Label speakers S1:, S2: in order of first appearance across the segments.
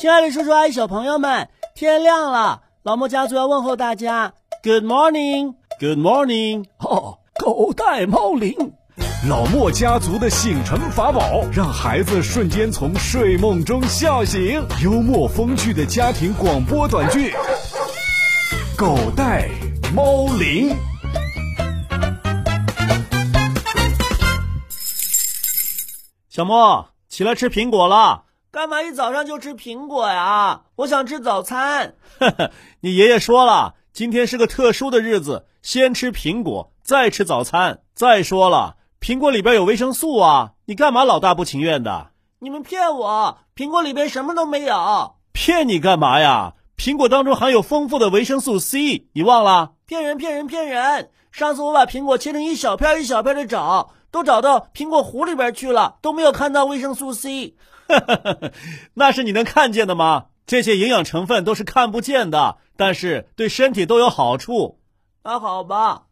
S1: 亲爱的叔叔阿姨、小朋友们，天亮了，老莫家族要问候大家。Good morning，Good morning。
S2: 哦，狗带猫铃。
S3: 老莫家族的醒神法宝，让孩子瞬间从睡梦中笑醒。幽默风趣的家庭广播短剧，《狗带猫铃》。
S1: 小莫，起来吃苹果了。干嘛一早上就吃苹果呀？我想吃早餐。
S2: 呵呵， 你爷爷说了，今天是个特殊的日子，先吃苹果，再吃早餐。再说了，苹果里边有维生素啊，你干嘛老大不情愿的？
S1: 你们骗我，苹果里边什么都没有。
S2: 骗你干嘛呀？苹果当中含有丰富的维生素 C，你忘了？
S1: 骗人骗人骗人！上次我把苹果切成一小片一小片的找，都找到苹果核里边去了，都没有看到维生素 C。
S2: 那是你能看见的吗？这些营养成分都是看不见的，但是对身体都有好处。
S1: 那好吧，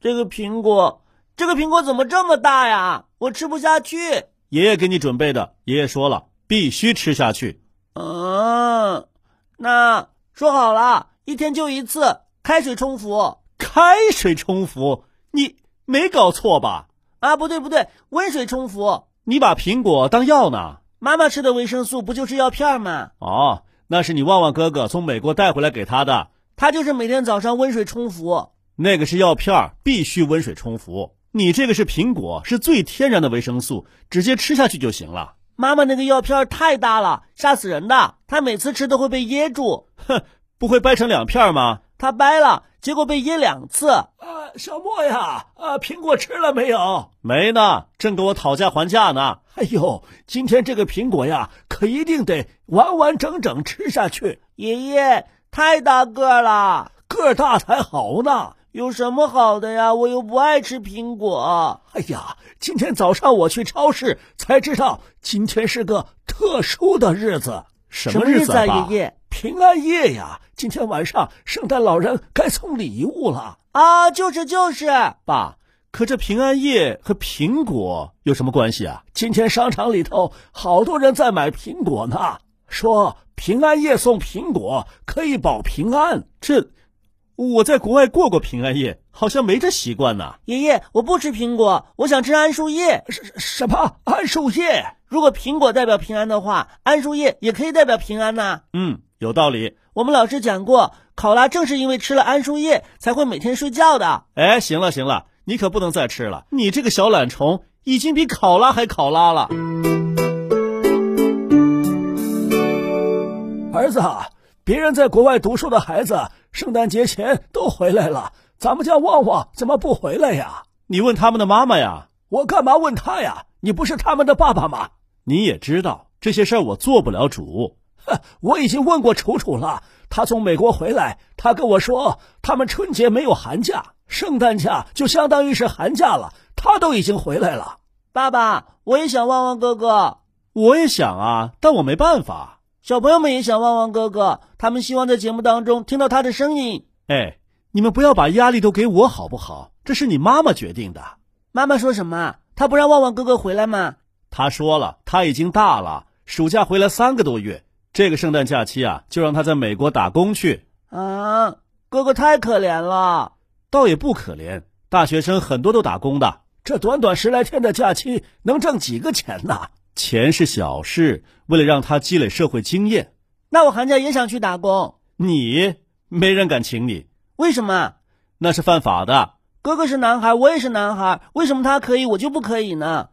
S1: 这个苹果，这个苹果怎么这么大呀？我吃不下去。
S2: 爷爷给你准备的，爷爷说了，必须吃下去。
S1: 嗯，那说好了，一天就一次，开水冲服。
S2: 开水冲服，你没搞错吧？
S1: 啊，不对不对，温水冲服。
S2: 你把苹果当药呢？
S1: 妈妈吃的维生素不就是药片吗？
S2: 哦，那是你旺旺哥哥从美国带回来给他的，
S1: 他就是每天早上温水冲服。
S2: 那个是药片儿，必须温水冲服。你这个是苹果，是最天然的维生素，直接吃下去就行了。
S1: 妈妈那个药片太大了，吓死人的，她每次吃都会被噎住。
S2: 哼，不会掰成两片吗？
S1: 她掰了，结果被噎两次。啊，
S2: 小莫呀，啊，苹果吃了没有？没呢，正跟我讨价还价呢。
S4: 哎呦，今天这个苹果呀，可一定得完完整整吃下去。
S1: 爷爷太大个了，
S4: 个儿大才好呢。
S1: 有什么好的呀？我又不爱吃苹果。
S4: 哎呀，今天早上我去超市才知道，今天是个特殊的日子。
S2: 什
S1: 么
S2: 日子
S1: 啊，
S2: 爸
S1: 爷爷？
S4: 平安夜呀！今天晚上圣诞老人该送礼物了。
S1: 啊，就是就是，
S2: 爸。可这平安夜和苹果有什么关系啊？
S4: 今天商场里头好多人在买苹果呢，说平安夜送苹果可以保平安。
S2: 这，我在国外过过平安夜，好像没这习惯呢。
S1: 爷爷，我不吃苹果，我想吃桉树叶。
S4: 什什么桉树叶？
S1: 如果苹果代表平安的话，桉树叶也可以代表平安呐、
S2: 嗯，有道理。
S1: 我们老师讲过，考拉正是因为吃了桉树叶，才会每天睡觉的。
S2: 哎，行了行了，你可不能再吃了，你这个小懒虫已经比考拉还考拉了。
S4: 儿子啊，别人在国外读书的孩子，圣诞节前都回来了，咱们家旺旺怎么不回来呀？
S2: 你问他们的妈妈呀，
S4: 我干嘛问他呀？你不是他们的爸爸吗？
S2: 你也知道这些事儿我做不了主。
S4: 哼，我已经问过楚楚了，他从美国回来，他跟我说他们春节没有寒假，圣诞假就相当于是寒假了。他都已经回来了，
S1: 爸爸，我也想旺旺哥哥，
S2: 我也想啊，但我没办法。
S1: 小朋友们也想旺旺哥哥，他们希望在节目当中听到他的声音。
S2: 哎，你们不要把压力都给我好不好？这是你妈妈决定的。
S1: 妈妈说什么？她不让旺旺哥哥回来吗？
S2: 她说了，她已经大了，暑假回来三个多月，这个圣诞假期啊，就让她在美国打工去，
S1: 啊，哥哥太可怜了。
S2: 倒也不可怜。大学生很多都打工的，
S4: 这短短十来天的假期能挣几个钱呐？
S2: 钱是小事，为了让他积累社会经验，
S1: 那我寒假也想去打工，
S2: 你没人敢请你，
S1: 为什么？
S2: 那是犯法的。
S1: 哥哥是男孩，我也是男孩，为什么他可以，我就不可以呢？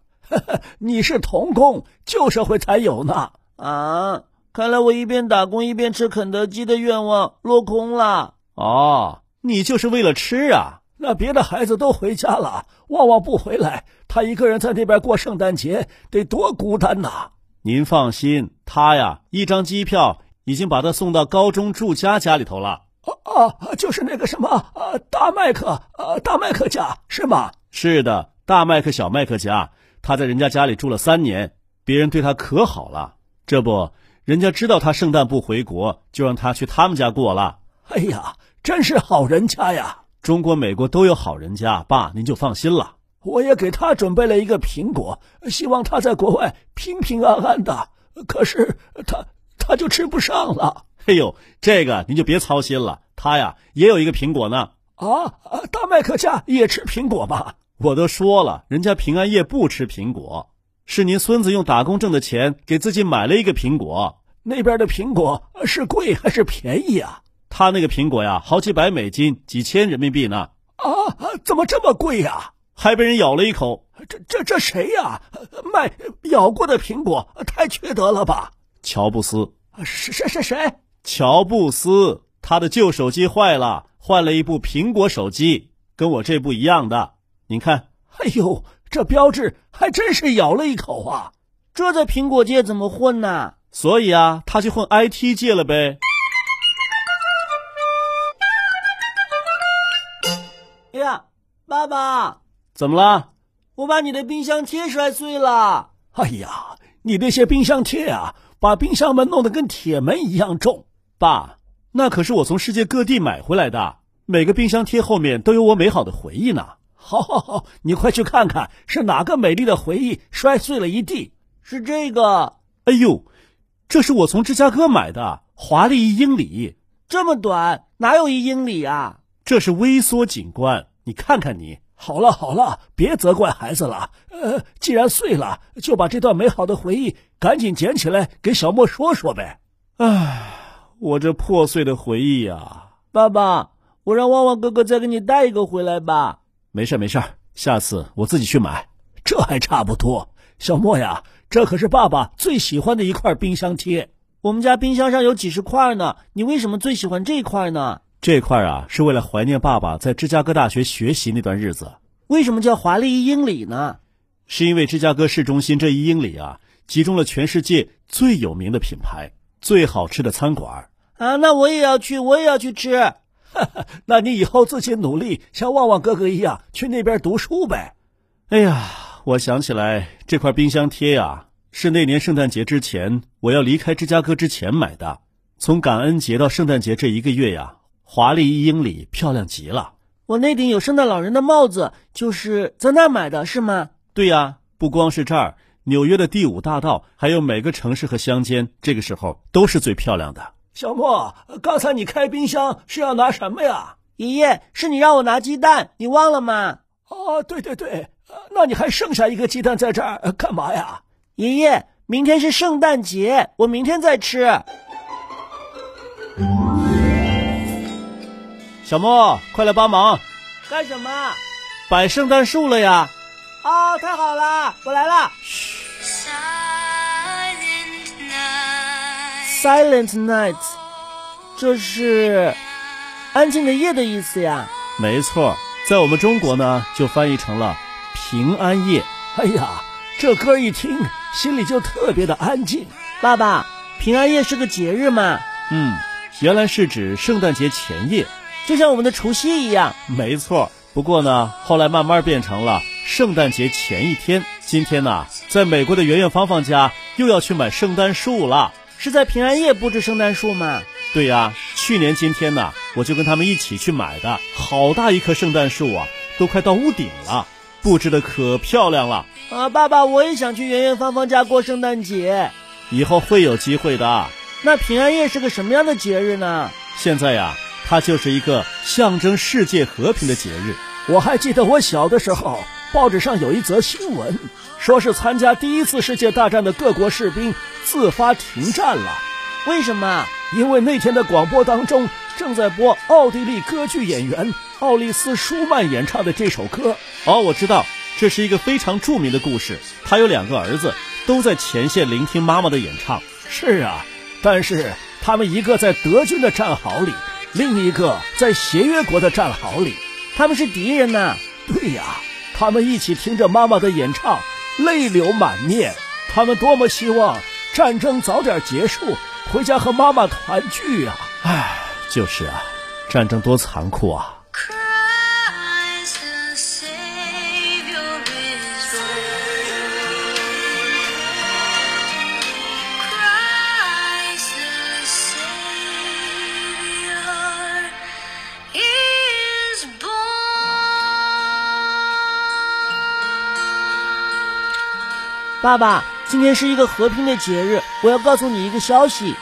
S4: 你是童工，旧社会才有呢。
S1: 啊，看来我一边打工一边吃肯德基的愿望落空了。
S2: 哦，你就是为了吃啊？
S4: 那别的孩子都回家了，旺旺不回来，他一个人在那边过圣诞节得多孤单呐！
S2: 您放心，他呀，一张机票已经把他送到高中住家家里头了。
S4: 啊啊，就是那个什么啊，大麦克啊，大麦克家是吗？
S2: 是的，大麦克小麦克家，他在人家家里住了三年，别人对他可好了。这不，人家知道他圣诞不回国，就让他去他们家过了。
S4: 哎呀，真是好人家呀！
S2: 中国、美国都有好人家，爸您就放心了。
S4: 我也给他准备了一个苹果，希望他在国外平平安安的。可是他他就吃不上了。
S2: 哎呦，这个您就别操心了，他呀也有一个苹果呢。
S4: 啊，啊大麦克家也吃苹果吧？
S2: 我都说了，人家平安夜不吃苹果，是您孙子用打工挣的钱给自己买了一个苹果。
S4: 那边的苹果是贵还是便宜啊？
S2: 他那个苹果呀，好几百美金，几千人民币呢，
S4: 啊，怎么这么贵呀、
S2: 还被人咬了一口。
S4: 这这这谁呀、卖咬过的苹果太缺德了吧？
S2: 乔布斯，
S4: 谁谁谁谁？
S2: 乔布斯，他的旧手机坏了，换了一部苹果手机，跟我这部一样的。您看，
S4: 哎呦，这标志还真是咬了一口啊！
S1: 这在苹果界怎么混呢？
S2: 所以啊，他去混 IT 界了呗。
S1: 哎呀，爸爸，
S2: 怎么啦？
S1: 我把你的冰箱贴摔碎了。
S4: 哎呀，你那些冰箱贴啊，把冰箱门弄得跟铁门一样重。
S2: 爸，那可是我从世界各地买回来的，每个冰箱贴后面都有我美好的回忆呢。
S4: 好，好，好，你快去看看是哪个美丽的回忆摔碎了一地。
S1: 是这个，
S2: 哎呦，这是我从芝加哥买的，华丽一英里，
S1: 这么短，哪有一英里啊？
S2: 这是微缩景观，你看看你。
S4: 好了好了，别责怪孩子了。呃，既然碎了，就把这段美好的回忆赶紧捡起来给小莫说说呗。
S2: 我这破碎的回忆呀、
S1: 爸爸，我让旺旺哥哥再给你带一个回来吧。
S2: 没事儿没事儿，下次我自己去买。
S4: 这还差不多。小莫呀，这可是爸爸最喜欢的一块冰箱贴。
S1: 我们家冰箱上有几十块呢，你为什么最喜欢这块呢？
S2: 这块儿啊，是为了怀念爸爸在芝加哥大学学习那段日子，
S1: 为什么叫华丽一英里呢？
S2: 是因为芝加哥市中心这一英里啊，集中了全世界最有名的品牌、最好吃的餐馆儿。
S1: 啊，那我也要去，我也要去吃。
S4: 那你以后自己努力，像旺旺哥哥一样去那边读书呗。
S2: 哎呀，我想起来这块冰箱贴呀、是那年圣诞节之前我要离开芝加哥之前买的。从感恩节到圣诞节这一个月呀、华丽一英里漂亮极了。
S1: 我那顶有圣诞老人的帽子，就是在那儿买的，是吗？
S2: 对呀、不光是这儿，纽约的第五大道，还有每个城市和乡间，这个时候都是最漂亮的。
S4: 小莫，刚才你开冰箱是要拿什么呀？
S1: 爷爷，是你让我拿鸡蛋，你忘了吗？
S4: 哦，对对对，呃那你还剩下一个鸡蛋在这儿呃干嘛呀？
S1: 爷爷，明天是圣诞节，我明天再吃。
S2: 小莫，快来帮忙，
S1: 干什么？
S2: 摆圣诞树了呀！
S1: 哦，太好了，我来了。
S5: Silent night.
S1: Silent night，这是安静的夜的意思呀。
S2: 没错，在我们中国呢，就翻译成了平安夜。
S4: 哎呀，这歌一听，心里就特别的安静。
S1: 爸爸，平安夜是个节日嘛，
S2: 嗯，原来是指圣诞节前夜。
S1: 就像我们的除夕一样。
S2: 没错，不过呢，后来慢慢变成了圣诞节前一天。今天呢、在美国的圆圆芳芳家又要去买圣诞树了。
S1: 是在平安夜布置圣诞树吗？
S2: 对呀、去年今天呢，我就跟他们一起去买的，好大一棵圣诞树啊，都快到屋顶了，布置的可漂亮了。
S1: 啊，爸爸，我也想去圆圆芳芳家过圣诞节。
S2: 以后会有机会的。
S1: 那平安夜是个什么样的节日呢？
S2: 现在呀、它就是一个象征世界和平的节日。
S4: 我还记得我小的时候，报纸上有一则新闻，说是参加第一次世界大战的各国士兵自发停战了，
S1: 为什么？
S4: 因为那天的广播当中正在播奥地利歌剧演员奥利斯·舒曼演唱的这首歌。
S2: 哦，我知道，这是一个非常著名的故事。他有两个儿子，都在前线聆听妈妈的演唱。
S4: 是啊，但是他们一个在德军的战壕里，另一个在协约国的战壕里。
S1: 他们是敌人呐、
S4: 对呀、他们一起听着妈妈的演唱，泪流满面。他们多么希望战争早点结束，回家和妈妈团聚啊！
S2: 就是啊，战争多残酷啊！
S5: Christ the Savior is born. Christ the Savior is born.
S1: 爸爸，今天是一个和平的节日，我要告诉你一个消息，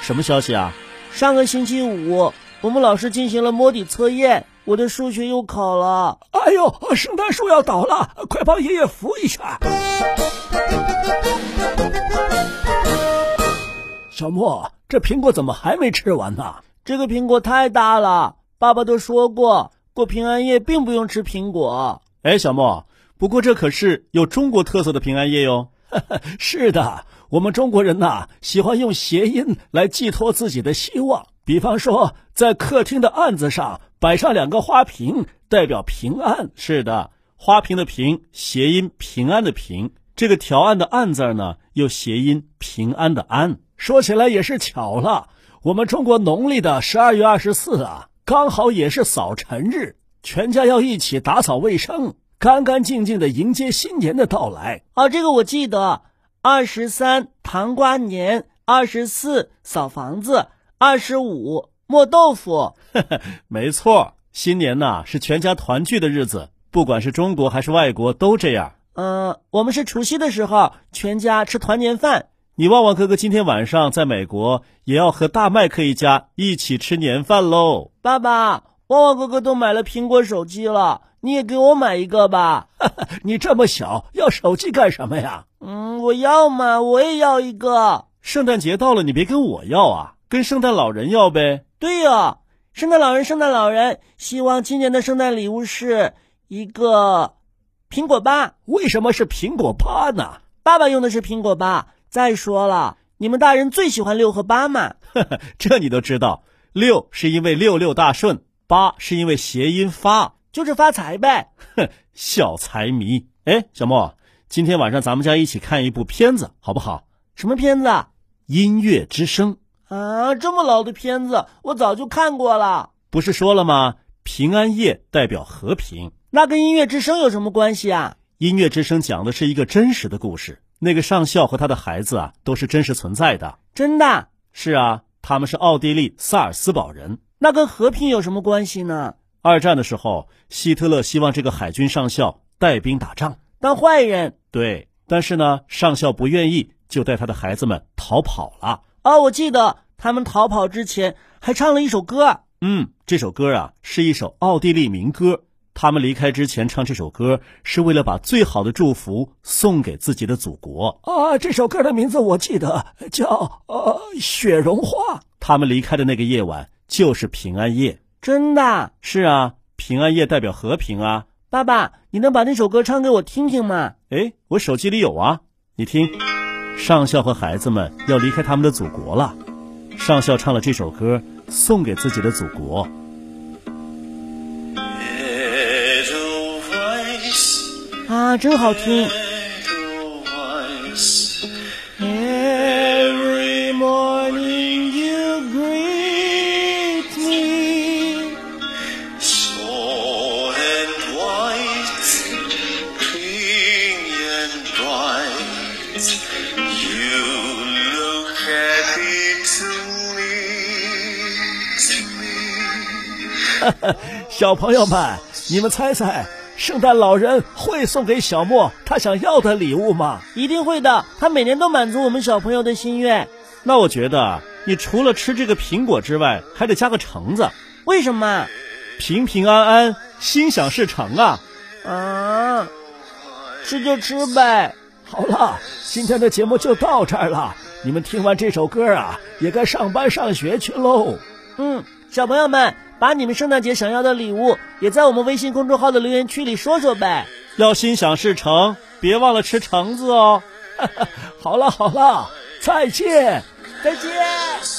S2: 什么消息啊？
S1: 上个星期五，我们老师进行了摸底测验，我的数学又考了。
S4: 哎呦，圣诞树要倒了，快帮爷爷扶一下！小莫，这苹果怎么还没吃完呢？
S1: 这个苹果太大了，爸爸都说过，过平安夜并不用吃苹果。
S2: 哎，小莫，不过这可是有中国特色的平安夜哟。
S4: 是的，我们中国人呐、喜欢用谐音来寄托自己的希望。比方说，在客厅的案子上摆上两个花瓶，代表平安。
S2: 是的，花瓶的瓶，谐音平安的平。这个条案的案字儿呢，又谐音平安的安。
S4: 说起来也是巧了，我们中国农历的十二月二十四啊，刚好也是扫尘日，全家要一起打扫卫生，干干净净的迎接新年的到来。
S1: 啊，这个我记得，二十三糖瓜粘，二十四扫房子，二十五磨豆腐。
S2: 没错，新年呐、是全家团聚的日子，不管是中国还是外国都这样。呃
S1: 嗯，我们是除夕的时候全家吃团年饭，
S2: 你旺旺哥哥今天晚上在美国也要和大麦克一家一起吃年饭喽。
S1: 爸爸、旺旺哥哥都买了苹果手机了，你也给我买一个 吧。
S4: 你这么小，要手机干什么呀？
S1: 嗯，我要嘛，我也要一个。
S2: 圣诞节到了，你别跟我要啊，跟圣诞老人要呗。
S1: 对呀、圣诞老人，圣诞老人，希望今年的圣诞礼物是一个苹果八。
S4: 为什么是苹果八呢？
S1: 爸爸用的是苹果八。再说了，你们大人最喜欢六和八嘛？
S2: 这你都知道。六是因为六六大顺，八是因为谐音发，
S1: 就是发财呗。
S2: 小财迷。哎，小莫，今天晚上咱们家一起看一部片子，好不好？
S1: 什么片子啊？
S2: 音乐之声，
S1: 啊，这么老的片子，我早就看过了。
S2: 不是说了吗？平安夜代表和平，
S1: 那跟音乐之声有什么关系啊？
S2: 音乐之声讲的是一个真实的故事。那个上校和他的孩子啊，都是真实存在的。
S1: 真的？
S2: 是啊，他们是奥地利萨尔斯堡人。
S1: 那跟和平有什么关系呢？
S2: 二战的时候，希特勒希望这个海军上校带兵打仗，
S1: 当坏人？
S2: 对，但是呢，上校不愿意，就带他的孩子们逃跑了。
S1: 哦，我记得他们逃跑之前还唱了一首歌。
S2: 嗯，这首歌啊是一首奥地利民歌。他们离开之前唱这首歌，是为了把最好的祝福送给自己的祖国。
S1: 哦
S4: 啊，这首歌的名字我记得叫呃《雪绒花》。
S2: 他们离开的那个夜晚就是平安夜。
S1: 真的？
S2: 是啊，平安夜代表和平啊。
S1: 爸爸，你能把那首歌唱给我听听吗？
S2: 哎，我手机里有啊，你听，上校和孩子们要离开他们的祖国了。上校唱了这首歌，送给自己的祖国。
S5: Little voice,
S1: 啊，真好听！
S5: little voice, every morning you greet me. Small and white, clean and bright, you look happy to me, to me.
S4: 小朋友们，你们猜猜，圣诞老人会送给小莫他想要的礼物吗？
S1: 一定会的，他每年都满足我们小朋友的心愿。
S2: 那我觉得，你除了吃这个苹果之外，还得加个橙子，
S1: 为什么？
S2: 平平安安，心想事成啊！
S1: 啊，吃就吃呗。
S4: 好了，今天的节目就到这儿了。你们听完这首歌啊，也该上班上学去喽。
S1: 嗯，小朋友们，把你们圣诞节想要的礼物也在我们微信公众号的留言区里说说呗。
S2: 要心想事成，别忘 了吃橙子哦。
S4: 好了好了，再见。
S1: 再见。